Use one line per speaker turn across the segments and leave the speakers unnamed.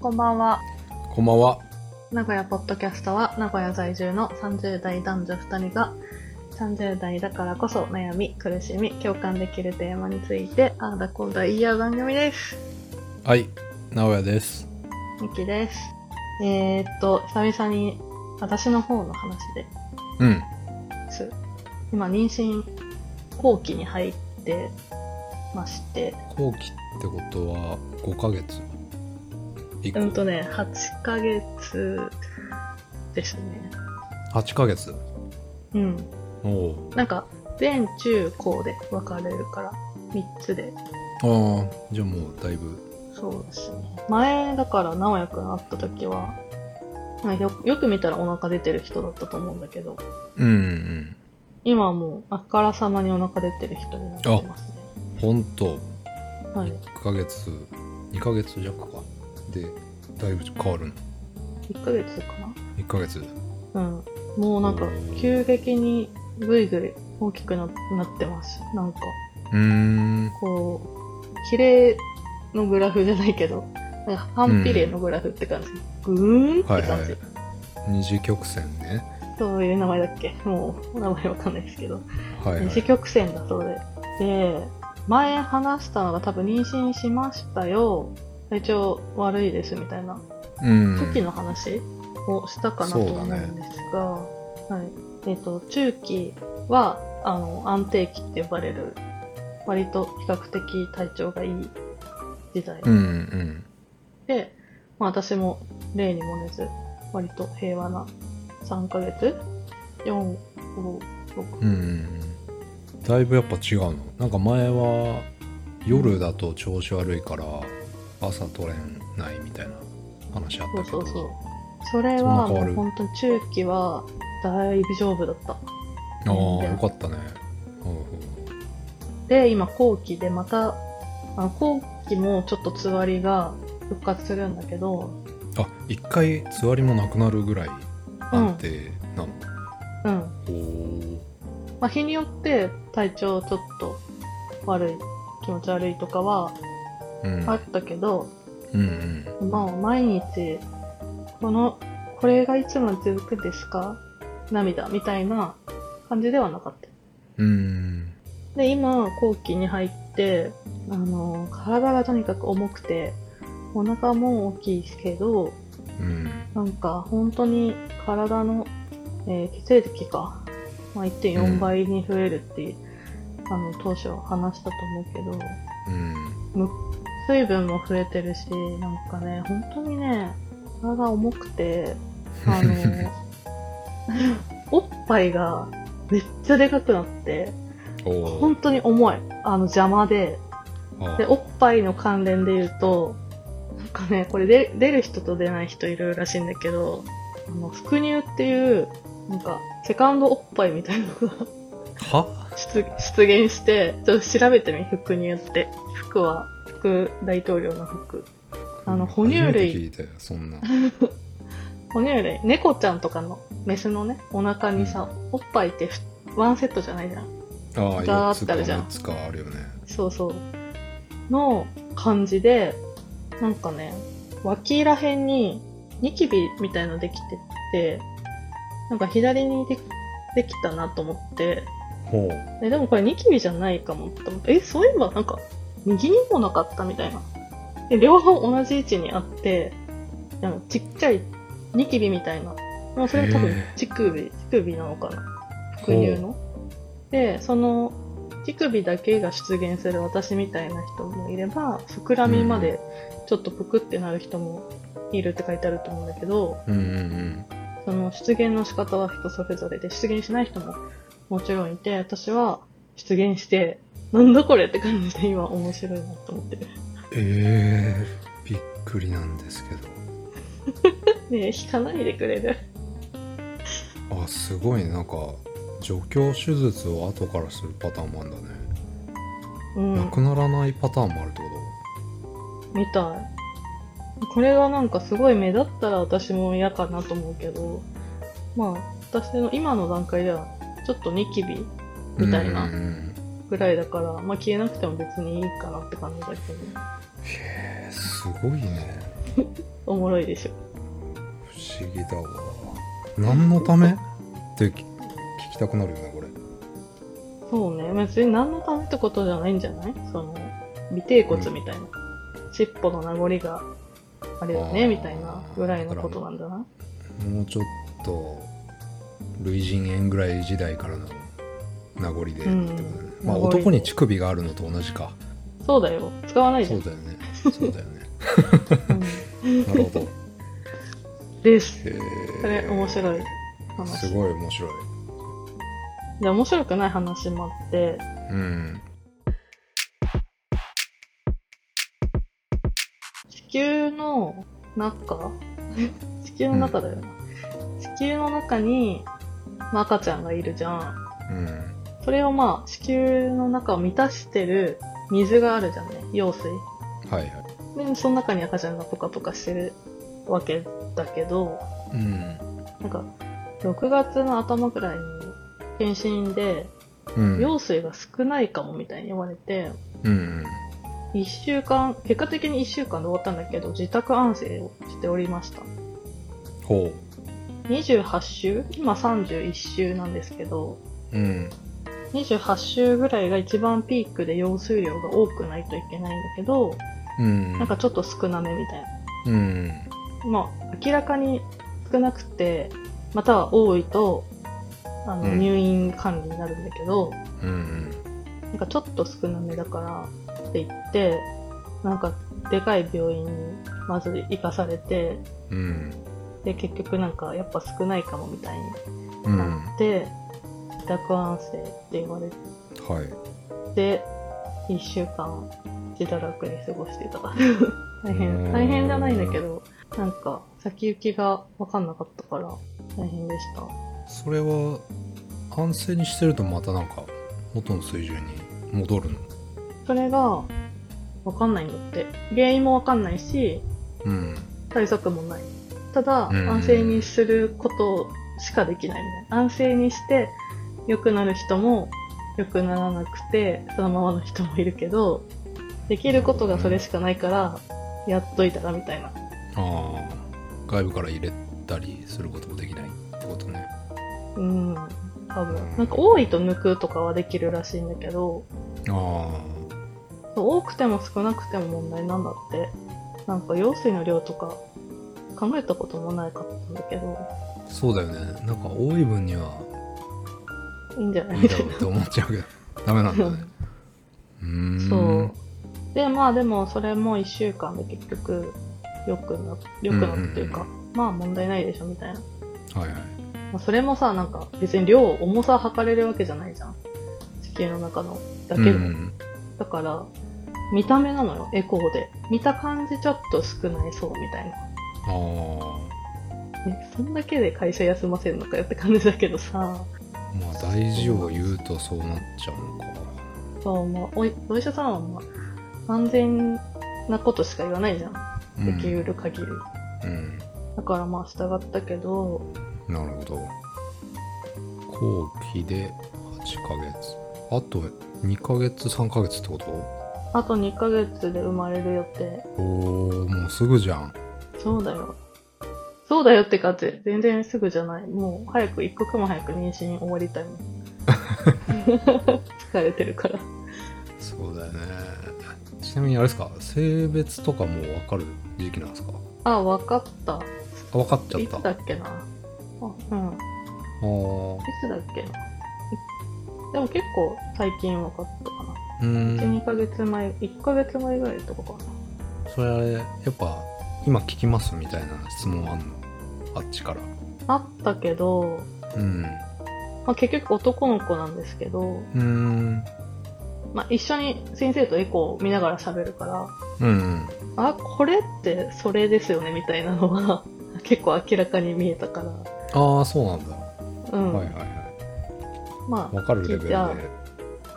こんばんは。
こんばんは。
名古屋ポッドキャストは、名古屋在住の30代男女2人が、30代だからこそ悩み、苦しみ、共感できるテーマについて、ああだこうだ言い合う番組です。
はい、直哉です。
ミキです。えー、っと、久々に私の方の話で
うん。
す。今、妊娠後期に入ってまして、
後期ってことは5ヶ月以
うん
降
とね、8ヶ月ですね。
8ヶ月
うん。
おお
なんか、全中高で分かれるから、3つで。
ああじゃあもうだいぶ
そうですね。前、だから、直哉くん会った時は、まあよよく見たらお腹出てる人だったと思うんだけど、
うんうん
今はもう、あからさまにお腹出てる人になってますね。
ほんと
はい。
1ヶ月2ヶ月弱かでだいぶ変わるの
1ヶ月か
1ヶ月
なうん。もうなんか、急激にぐいぐい大きくななってます。なんか、
うーん
こう、比例のグラフじゃないけど、なんか反比例のグラフって感じ。ぐーんって
は
感
い
じ。
はい二次曲線ね
どういう名前だっけもう、名前わかんないですけど。
はいは
二次
い
曲線だそうで。で、前話したのが多分妊娠しましたよ。体調悪いですみたいな
うん
時の話をしたかなと
そう
思う
だ
ん
ね
ですが、はい。えっ、と、中期は、あの、安定期って呼ばれる、割と比較的体調がいい時代
うんうん
で、まあ、私も例にもれず、割と平和な3ヶ月 ?4、5、6。
うんうんうんだいぶやっぱ違うのなんか前は夜だと調子悪いから朝取れないみたいな話あっ
そ
た
う
け
そ
ど
うそう。それは
そんな変
も
わ
う本
る
当に中期は大丈夫だった。
ああよかったねうん
で、今後期でまた、あの後期もちょっとつわりが復活するんだけど、
あ一回つわりもなくなるぐらい安定なの、
うん。
お
まあ、日によって体調ちょっと悪い、気持ち悪いとかは
おうん
あったけど、
うんうん
まあ、毎日、この、これがいつまで続くですか涙みたいな感じではなかった。
うん
で、今、後期に入って、あの、体がとにかく重くて、お腹も大きいですけど、
うん
なんか、本当に体の、えー血液か、まあ、1.4倍に増えるっていう、あの、当初話したと思うけど、
うん
水分も増えてるし、なんかね、本当にね、体重くて、あの、おっぱいがめっちゃでかくなって、
おお
本当に重い。あの、邪魔で。
あ
で、おっぱいの関連で言うと、なんかね、これで出る人と出ない人いるらしいんだけど、あの、副乳っていう、なんか、セカンドおっぱいみたいなのが
は
出出現して、ちょっと調べてみ、副乳って。服は、副大統領の服。あの哺乳類
初めて聞いたよそんな
哺乳類、猫ちゃんとかのメスのね、お腹にさ、おっぱいってふワンセットじゃないじゃん。
ああ
だ
4
っ
つ
た
から
じゃん
6つかあるよね
そうそう。の感じで、なんかね、脇ら辺にニキビみたいのできてて、なんか左にでできたなと思って、
ほう
えでもこれニキビじゃないかもって思って、え、そういえばなんか右にもなかったみたいな。で両方同じ位置にあって、なんかちっちゃいニキビみたいな。もうそれ多分
へえ
乳首、乳首なのかな。副乳の。で、その乳首だけが出現する私みたいな人もいれば、膨らみまでちょっとぷくってなる人もいるって書いてあると思うんだけど、
うんうん
その出現の仕方は人それぞれで、出現しない人ももちろんいて、私は出現して、なんだこれって感じで今面白いなと思ってる。
えー、びっくりなんですけ
ねえ、引かないでくれる。
どあすごいなんか除去手術を後からするパターンもあるんだね、
うん、
なくならないパターンもあるってこ
みたい。これがなんかすごい目立ったら私も嫌かなと思うけど、まあ、私の今の段階では、ちょっとニキビ
と
みたいな
うんうんうん
ぐらいだから、まあ消えなくても別にいいかなって感じだけど。
へえすごいね
おもろいでしょ。
不思議だわ何のためってき聞きたくなるよねこれ
そうね。別に何のためってことじゃないんじゃないその、尾てい骨みたいな。尻尾の名残があるよ
あ
ね、
ー
みたいなぐらいのことなんだな。
もうちょっと類人猿ぐらい時代からの名残でってことだね、
うん
まあ
名残で
男に乳首があるのと同じか
そうだよ。使わないじ
そ
ゃん
う。だよねそうだよねなるほど
うんです。
へえ
それ面白い話。
すごい面白い
で、面白くない話もあって、
うん
地球の中 地球の中だよな。地球の中に、まあ、赤ちゃんがいるじゃん。
うん
それをまあ、地球の中を満たしてる水があるじゃんね。用水。
はいはい
で、その中に赤ちゃんがポカポカしてるわけだけど、
うん
なんか、6月の頭くらいに、検診で、
うん
用水が少ないかもみたいに言われて、
うん
1週間、結果的に1週間で終わったんだけど、自宅安静をしておりました。
ほ
28週今31週なんですけど、
ううん
28週ぐらいが一番ピークで用水量が多くないといけないんだけど、
うん
なんかちょっと少なめみたいな。
うん
まあ、明らかに少なくて、または多いと、あの、
うん
入院管理になるんだけど、
うん
なんかちょっと少なめだからって言って、なんかでかい病院にまず行かされて、
うん
で、結局なんかやっぱ少ないかもみたいに
うんうん
なって、自宅安静って言われ
はい
て、1週間自堕落に過ごして た。大
うーん
変、大変じゃないんだけど、なんか先行きがわかんなかったから大変でした。
それは安静にしてるとまたなんか元の水準に戻るの
それが、わかんないんだって。原因もわかんないし、
うん
対策もない。ただ、
うん
安静にすることしかできないみたいな。安静にして、良くなる人も、良くならなくて、そのままの人もいるけど、できることがそれしかないから、やっといたらみたいな。
ああ外部から入れたりすることもできないってことね
うん、多分。なんか多いと抜くとかはできるらしいんだけど、
あ
多くても少なくても問題なんだって。なんか用水の量とか考えたこともないかったんだけど、
あそうだよねなんか多い分にはい
いんじゃない
いい
みた
だ
い
ろうって思っちゃうけどダメなんだねうーん
な。 そう。で、まあでもそれも1週間で結局良くな、良くなるっていうか、
うん
まあ問題ないでしょみたいな。
はいはい
まあそれもさ、なんか別に量、重さ測れるわけじゃないじゃん。地球の中のだけで。
うん
だから、見た目なのよ、エコーで。見た感じちょっと少ないそうみたいな。
ああ
ね、そんだけで会社休ませるのかよって感じだけどさ、
まあ大事を言うとそうなっちゃうのか
そう、まあ、おいお医者さんは、まあ、安全なことしか言わないじゃん。
うん
できうる限り。
うん
だからまあ従ったけど、
なるほど後期で8ヶ月あと2ヶ月3ヶ月ってこと
あと2ヶ月で生まれる予定。
おーもうすぐじゃん
そうだよ。そうだよって感じ。全然すぐじゃない。もう早く、一刻も早く妊娠終わ りたいもん。疲れてるから。
そうだよねちなみにあれですか性別とかもう分かる時期なんですか
あ、わかった。
あ分かっちゃっ
い
た
つだっけな。あ、うん。い
あー
つだっけな。でも結構最近わかったかな。
う
1、
ん
2ヶ月前、1ヶ月前ぐらいとかかな。
それあれやっぱ今聞きますみたいな質問あんのあっちから
あったけど、
うん
まあ、結局男の子なんですけど、
うーん
まあ、一緒に先生とエコーを見ながら喋るから、
うん
あ、これってそれですよねみたいなのは 結構明らかに見えたから、
ああそうなんだ、
うん。
はいはいはい
ま
分かるレベルで
じゃ
あ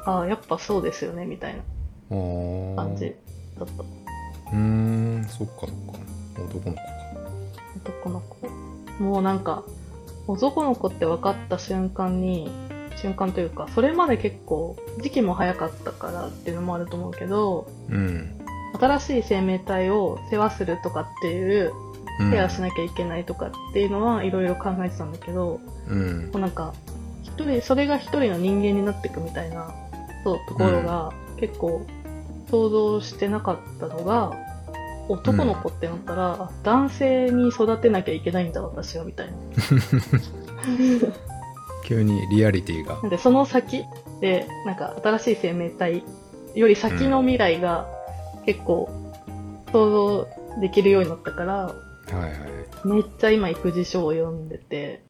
ああ、あやっぱそうですよねみたい
ー
な感じだった。
うーんそっかそっか男の子か
男の子。もうなんか、男の子って分かった瞬間に、瞬間というか、それまで結構時期も早かったからっていうのもあると思うけど、
うん
新しい生命体を世話するとかっていう
うん
ケアしなきゃいけないとかっていうのはいろいろ考えてたんだけど、も
うん
うなんか一人それが一人の人間になっていくみたいなそうところが結構想像してなかったのが男の子ってなったら、あ男性に育てなきゃいけないんだ私はみたいな。
急にリアリティが
なんでその先でなんか新しい生命体より先の未来が結構想像できるようになったから、
はいはい
めっちゃ今育児書を読んでて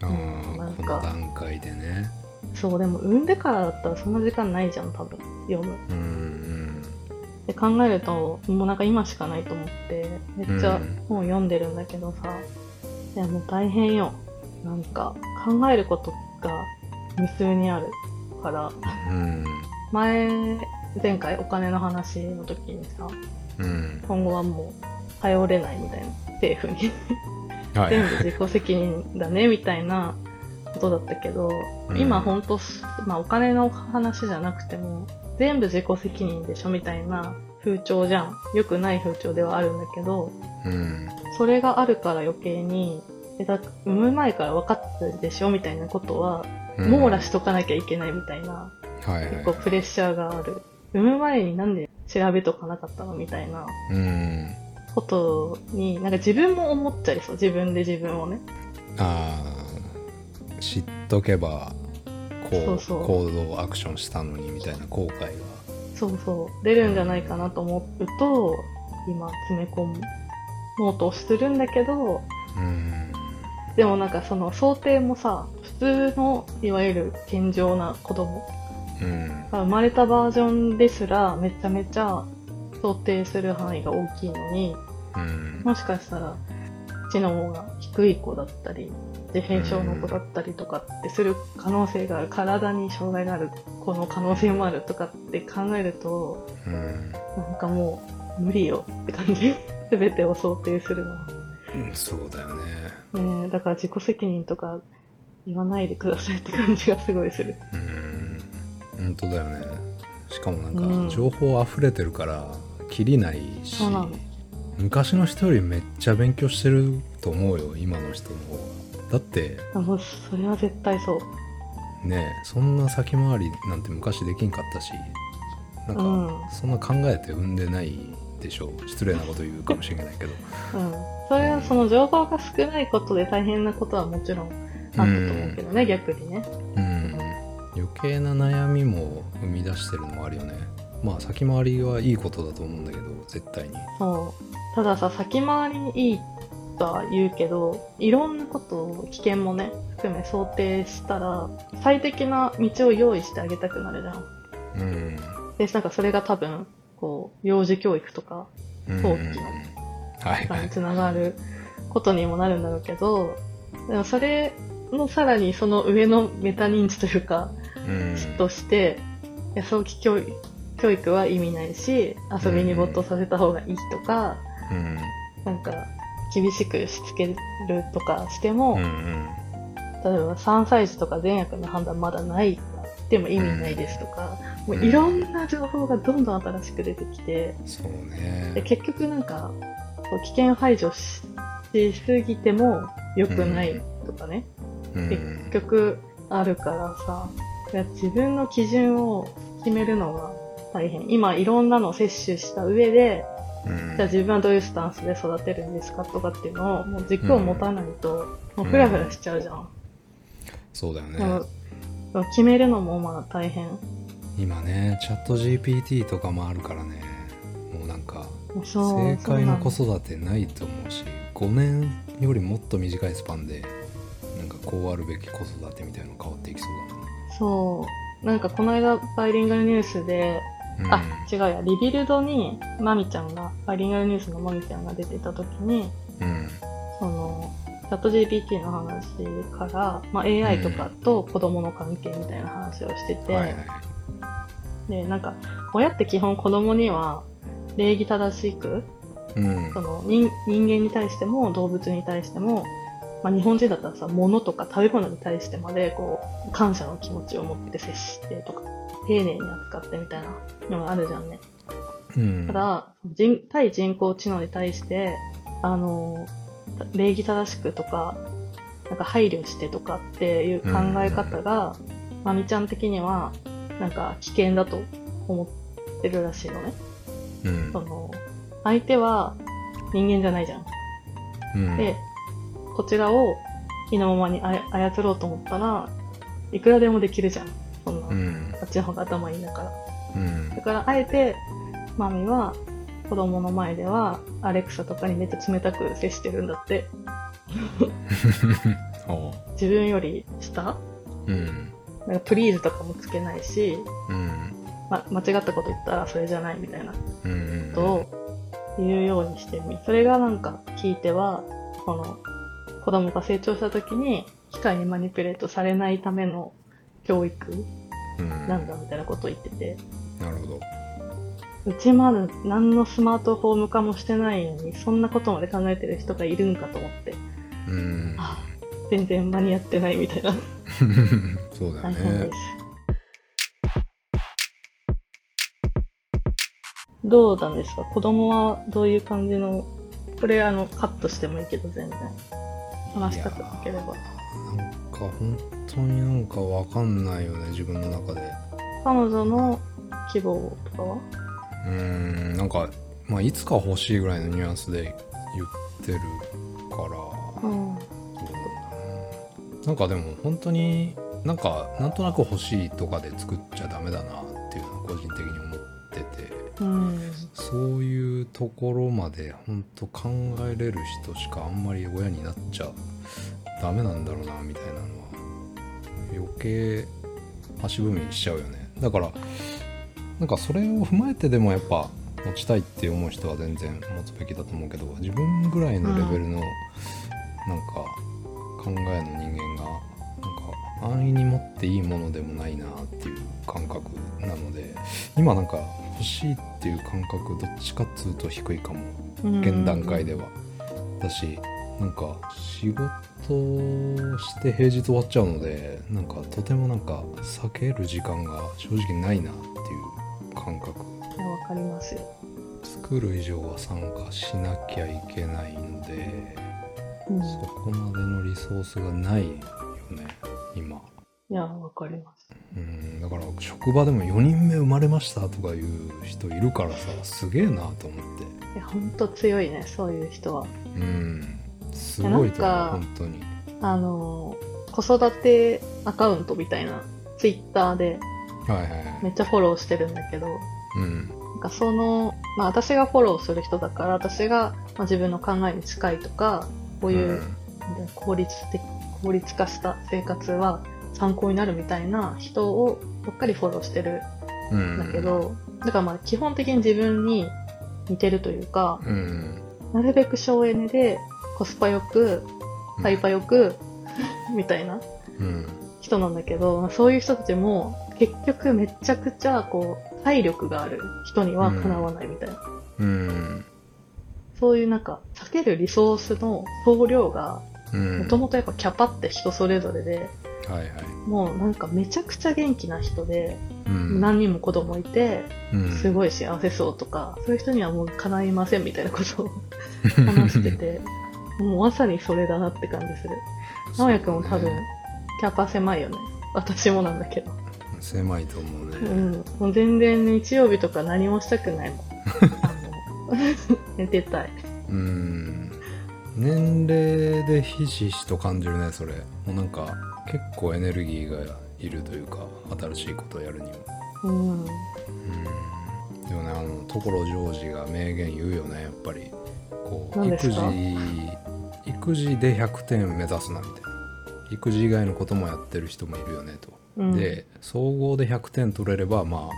あ
うんな
あ
ん
こ
か
の段階でね
そうでも産んでからだったらそんな時間ないじゃん多分読む
うんうん
で考えるともうなんか今しかないと思ってめっちゃ
うん
本読んでるんだけどさ、いやもう大変よなんか考えることが無数にあるから
うん
前前回お金の話の時にさ
うん
今後はもう頼れないみたいな政府に
はい
全部自己責任だねみたいなことだったけど、
うん
今ほんと、まあ、お金の話じゃなくても全部自己責任でしょみたいな風潮じゃん良くない風潮ではあるんだけど
うん
それがあるから余計にえだ産む前から分かってるでしょみたいなことは
うん
網羅しとかなきゃいけないみたいな、
はいはい
結構プレッシャーがある産む前になんで調べとかなかったのみたいな
うん
ことに、なんか自分も思っちゃいそう。自分で自分をね。
ああ知っとけばこう
そうそう
行動アクションしたのにみたいな後悔が
そうそう。出るんじゃないかなと思うと、今詰め込む。ノートをするんだけど、
うん
でもなんかその想定もさ、普通のいわゆる健常な子供
うん
生まれたバージョンですらめちゃめちゃ想定する範囲が大きいのに、
うん
もしかしたら知能が低い子だったり自閉症の子だったりとかってする可能性がある体に障害がある子の可能性もあるとかって考えると
うん
なんかもう無理よって感じ 全てを想定するの
そうだよね
は、ねえ、だから自己責任とか言わないでくださいって感じがすごいする
うん本当だよねしかもな
うんん
か情報溢れてるから切りないし、
そうなの
昔の人よりめっちゃ勉強してると思うよ今の人の方がだって
あもうそれは絶対そう
ねそんな先回りなんて昔できんかったしなんか、
うん
そんな考えて産んでないでしょう失礼なこと言うかもしれない けど
うんそれはその情報が少ないことで大変なことはもちろんあったと思うけどね、逆にね
うん余計な悩みも生み出してるのもあるよねまあ先回りはいいことだと思うんだけど絶対に
そう。たださ、先回りにいいとは言うけど、いろんなことを、危険もね、含め想定したら、最適な道を用意してあげたくなるじゃん。
うん
で、なんかそれが多分、こう、幼児教育とか
うん
そうですよ
はいは
に
い
つながることにもなるんだろうけど、でもそれのさらにその上のメタ認知というか、
うん
として、いや早期教育教育は意味ないし、遊びに没頭させた方がいいとか、
うん
なんか厳しくしつけるとかして
う
も、
ん
例えば3歳児とか善悪の判断まだないでも意味ないですとか、もういろんな情報がどんどん新しく出てきて
うんそう
で
ね
結局なんかこう危険排除ししすぎても良くないとかね、
うん
結局あるからさいや自分の基準を決めるのが大変今いろんなのを摂取した上で
うん
じゃあ自分はどういうスタンスで育てるんですかとかっていうのをもう軸を持たないと、もうフラフラしちゃうじゃん、
そうだよ
で
ね
も決めるのもまあ大変
今ねチャット GPT とかもあるからねもうなんか
そう
正解の子
そう
育てないと思うし5年よりもっと短いスパンでなんかこうあるべき子育てみたいなの変わっていきそう
なんそうなんかこの間バイリンガルニュースで、
だ
あ
ね
違うやリビルドにマミちゃんがバイリンガルニュースのマミちゃんが出てた時に
うん
そのチャット GPT の話から、まあ、AI とかと子供の関係みたいな話をして
う
て、
んはいはい
でなんか親って基本子供には礼儀正しく
うん
その人人間に対しても動物に対しても、まあ、日本人だったらさ物とか食べ物に対してまでこう感謝の気持ちを持って接してとか丁寧に扱ってみたいなのがあるじゃんね
うん
ただ人対人工知能に対してあの礼儀正しくとかなんか配慮してとかっていう考え方が、まみちゃん的にはなんか危険だと思ってるらしいのね。
うん
その相手は人間じゃないじゃん。
うん
で、こちらを意のままにあや操ろうと思ったらいくらでもできるじゃん。そんな、
う
こ
ん
っちの方が頭いいんだから。
うん
だからあえてマミは子供の前ではアレクサとかにめっちゃ冷たく接してるんだって
お
自分より下
うん
なんかプリーズとかもつけないし、
うん
ま、間違ったこと言ったらそれじゃないみたいなこ
うん
とを言うようにしてみそれがなんか聞いてはこの子供が成長した時に機械にマニピュレートされないための教育
うん
なんだみたいなことを言ってて
なるほど
うちまだ何のスマートフォーム化もしてないのにそんなことまで考えてる人がいるんかと思って
うん
あ全然間に合ってないみたいな
そうだよ
大変
ね
です。どうなんですか子供はどういう感じの、これあの、カットしてもいいけど全然。話したくなければ。
なんか本当になんかわかんないよね自分の中で
彼女の希望とかは
うーんなんか、まあ、いつか欲しいぐらいのニュアンスで言ってるか
う
ら、
ん。
どうだろうななんかでも本当になんかなんとなく欲しいとかで作っちゃダメだなっていうのは個人的に思ってて
うん。
そういうところまで本当考えれる人しかあんまり親になっちゃダメなんだろうなみたいなのは余計足踏みしちゃうよねだからなんかそれを踏まえてでもやっぱ持ちたいって思う人は全然持つべきだと思うけど自分ぐらいのレベルのなんか考えの人間がなんか安易に持っていいものでもないなっていう感覚なので今なんか欲しいっていう感覚どっちかっつうと低いかも
うん
現段階では、だしなんか仕事して平日終わっちゃうのでなんかとてもなんか避ける時間が正直ないなっていう感覚
いやわかりますよ。
作る以上は参加しなきゃいけないので
うん。い
そこまでのリソースがないよね今
や、わかります。
うんだから職場でも4人目生まれましたとかいう人いるからさすげえなと思って
いや、ほんと強いね、そういう人は。
うんすごいと
いやなんか
思う本当に
あの、子育てアカウントみたいな、ツイッターで
はいはいはい
めっちゃフォローしてるんだけど、
うん
なんかその、まあ私がフォローする人だから、私が、まあ、自分の考えに近いとか、こういう、なんか効率的、効率化した生活は参考になるみたいな人をばっかりフォローしてる
うん
んだけど、だからまあ基本的に自分に似てるというか、
うん
なるべく省エネでコスパよく、タイパよく、 みたいな
うん
人なんだけど、まあそういう人たちも結局めちゃくちゃこう、体力がある人にはかなわないみたいな。
うん
そういうなんか、避けるリソースの総量が、
うん
もともとやっぱキャパって人それぞれで、
はいはい
もうなんかめちゃくちゃ元気な人で、
うん
何人も子供いて、
うん
すごい幸せそうとか、そういう人にはもう叶いませんみたいな ことを話してて、もうまさにそれだなって感じする。直也くんも多分、キャパ狭いよね。私もなんだけど。
狭いと思うね、
うん。もう全然日曜日とか何もしたく ないもん。あの 寝てたい。
うん年齢でひしひしと感じるねそれもうなんか結構エネルギーがいるというか新しいことをやるには
うん。
うんでもねあの所ジョージが名言言うよねやっぱりこう
何で
育
す
児
か
育児で100点目指すなみたいな育児以外のこともやってる人もいるよねと、
うん、
で総合で100点取れればま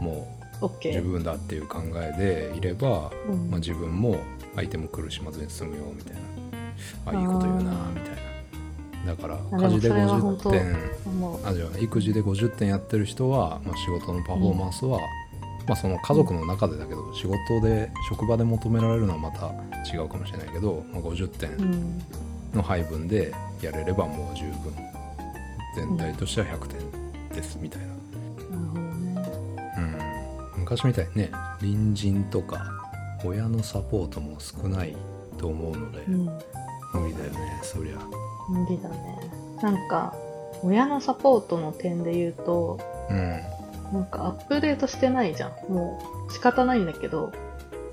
あもう
OK。
十分だっていう考えでいれば、
うん
まあ、自分も相手も苦しまずに済むよみたいなあいいこと言うな
あー
みたいなだから
あでも
家事で
それは本
50
当
点
思う
あじゃあ育児で50点やってる人は、まあ、仕事のパフォーマンスは、まあ、その家族の中でだけど、仕事で職場で求められるのはまた違うかもしれないけど、まあ、50
う
点
ん、
の配分でやれればもう十分全体としては100点ですみたいな、
なるほどね。
うん、昔みたいにね隣人とか親のサポートも少ないと思うので、
うん
無理だよねそりゃ
無理だねなんか親のサポートの点で言うと
う
なんかアップデートしてないじゃんもう仕方ないんだけど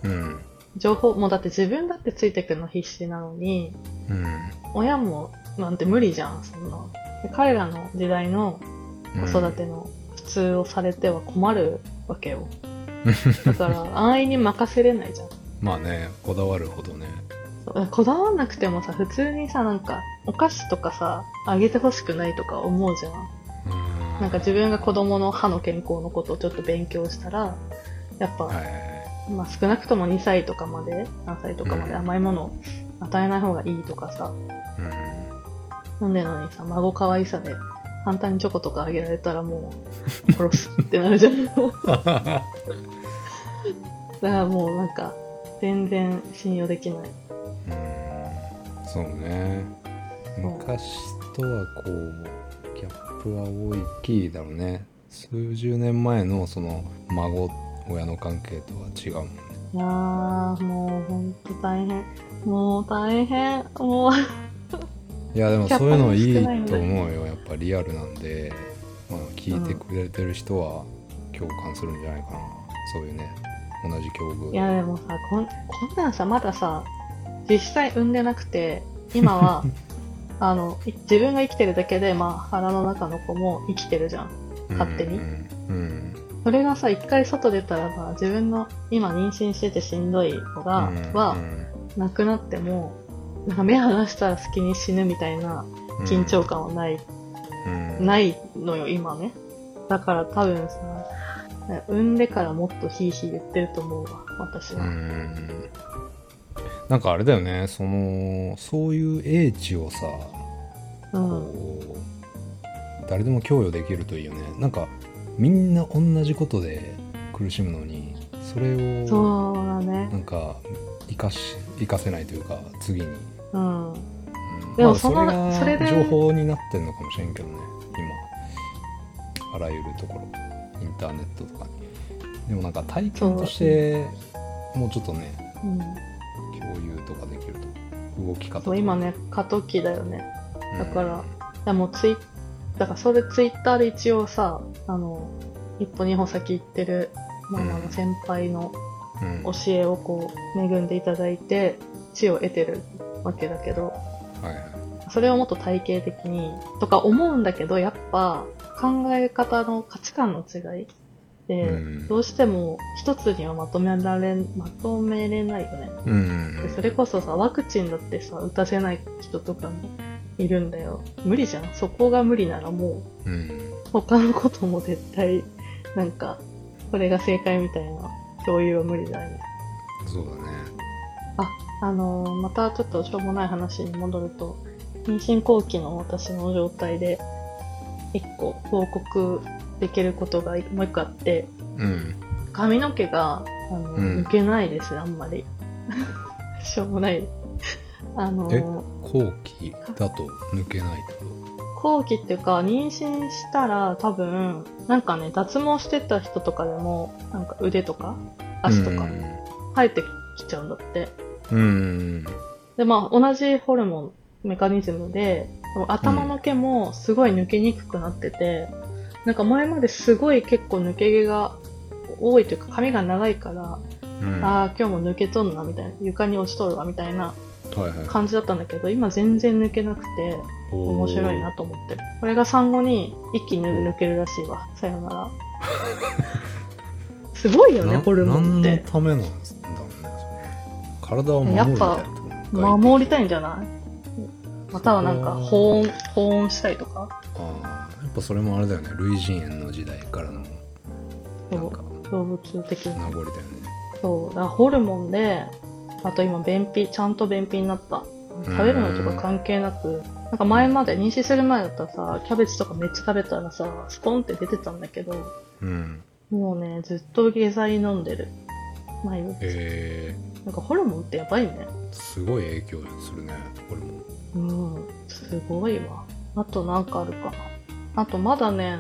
んうん
情報もうだって自分だってついてくの必死なのに
うん
親もなんて無理じゃんそんなで彼らの時代の
うん
子育ての普通をされては困るわけ よだから安易に任せれないじゃん
まあねこだわるほどね
そうこだわんなくてもさ普通にさなんかお菓子とかさあげてほしくないとか思うじゃん
うん
なんか自分が子供の歯の健康のことをちょっと勉強したらやっぱ、
はいはいはい
まあ、少なくとも2歳とかまで3歳とかまで
うん
甘いものを与えない方がいいとかさ、
う
な
ん
んでのにさ孫可愛さで簡単にチョコとかあげられたらも う殺すってなるじゃん だからもうなんか全然信用できない
うんそうね
そう
昔とはこうギャップは大きいだろうね数十年前のその孫親の関係とは違うもんね
いやーもうほんと大変もう大変もう
いやでもそういうのいいと思うよやっぱリアルなんで、まあ、聞いてくれてる人は共感するんじゃないかな、そういうね同じ境遇
いやでもさこんこんなんさまださ実際産んでなくて今 はあのい自分が生きてるだけで、まあ、腹の中の子も生きてるじゃん勝手に
うんうん
それがさ一回外出たらさ自分の今妊娠しててしんどいのが、
うん
は
うん
なくなってもなんか目離したら先に死ぬみたいな
うん
緊張感はない、
うん
ないのよ今ねだから多分さ産んでからもっとヒーヒー言ってると思うわ私
う
は、
んなんかあれだよねそのそういう英知をさ
うん
こう誰でも供与できるといいよねなんかみんな同じことで苦しむのにそれを
そうだね
なんか生かし生かせないというか次に、う
うん
ん
でも
まあ
その
が
それで
情報になってんのかもしれんけどね今あらゆるところインターネットとかにでもなんか体験としてもうちょっとね
うん
共有とかできると動き方と
そう今ね過渡期だよね
うん
だからでもツイだからそれツイッターで一応さあの一歩二歩先行ってるママ
う
の
ん
先輩の
うん
教
は
えをこう恵んでいただいて知を得てるわけだけど
いはい
それをもっと体系的にとか思うんだけどやっぱ考え方の価値観の違いで、
うん
どうしても一つにはまとめられんまとめれないよね
うん
でそれこそさワクチンだってさ打たせない人とかもいるんだよ無理じゃんそこが無理ならも
うん
う他のことも絶対なんかこれが正解みたいな共有は無理だよね
そうだね
あのーまたちょっとしょうもない話に戻ると妊娠後期の私の状態で一個報告できることがもう一個あって
うん
髪の毛があの、
うん
抜けないですあんまり しょうもないあのー
え後期だと抜けないってこ
後期っていうか妊娠したら多分なんかね脱毛してた人とかでもなんか腕とか
と
足とか
うん
生えてきちゃうんだって、
うん
でまあ同じホルモンメカニズムで頭の毛もすごい抜けにくくなってて、なんか前まですごい結構抜け毛が多いというか髪が長いから、
うん
ああ今日も抜けとんなみたいな床に落ちとるわみたいな
はいはい
感じだったんだけど今全然抜けなくて面白いなと思ってるこれが産後に一気に抜けるらしいわさよな らすごいよね
な
ホルモンっ
何
て
のためなんだろうねそれ体を守るみたいなとこ
守りた
い
いんじゃないまたはなんか保温保温したりとか
ああやっぱそれもあれだよね類人猿の時代からのなんか
動物的
名
に
残だよね
そうだからホルモンであと今便秘ちゃんと便秘になった食べるのとか関係なくなんか前まで妊娠する前だったらさキャベツとかめっちゃ食べたらさスポンって出てたんだけど
うん
もうねずっと下剤飲んでる毎日
え
なんかホルモンってやばいね。
ー、すごい影響するねこれも
うん、すごいわ。あとなんかあるかな。あとまだね、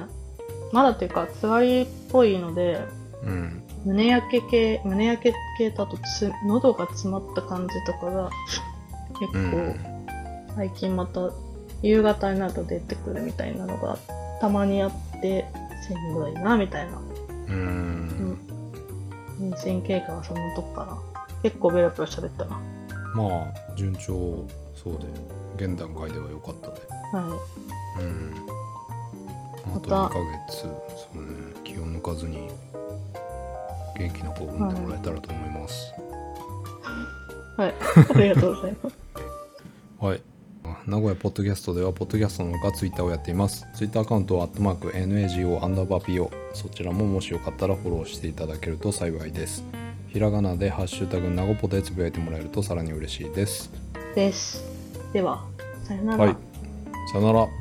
まだっていうか、つわりっぽいので、
うん
胸焼け系、胸焼け系だとつ、喉が詰まった感じとかが、結
うん
構、最近また、夕方になると出てくるみたいなのが、たまにあって、しんどいな、みたいな。
うー
うんん妊娠経過はそのとこかな。結構ベラベラ喋ったな。
まあ順調そうで現段階では良かったね
はい。
うんあと2
また
ヶ月そうね気を抜かずに元気な子を産んでもらえたらと思います、
はい。ありがとうございます。
はい。名古屋ポッドキャストでは、ポッドキャストのほかツイッターをやっています。ツイッターアカウントは、アットマーク、NAGO、アンダーバー PO。そちらももしよかったらフォローしていただけると幸いです。ひらがなで、ハッシュタグ、名古ポでつぶやいてもらえるとさらに嬉しいです。
です。では、さよなら。
はい。さよなら。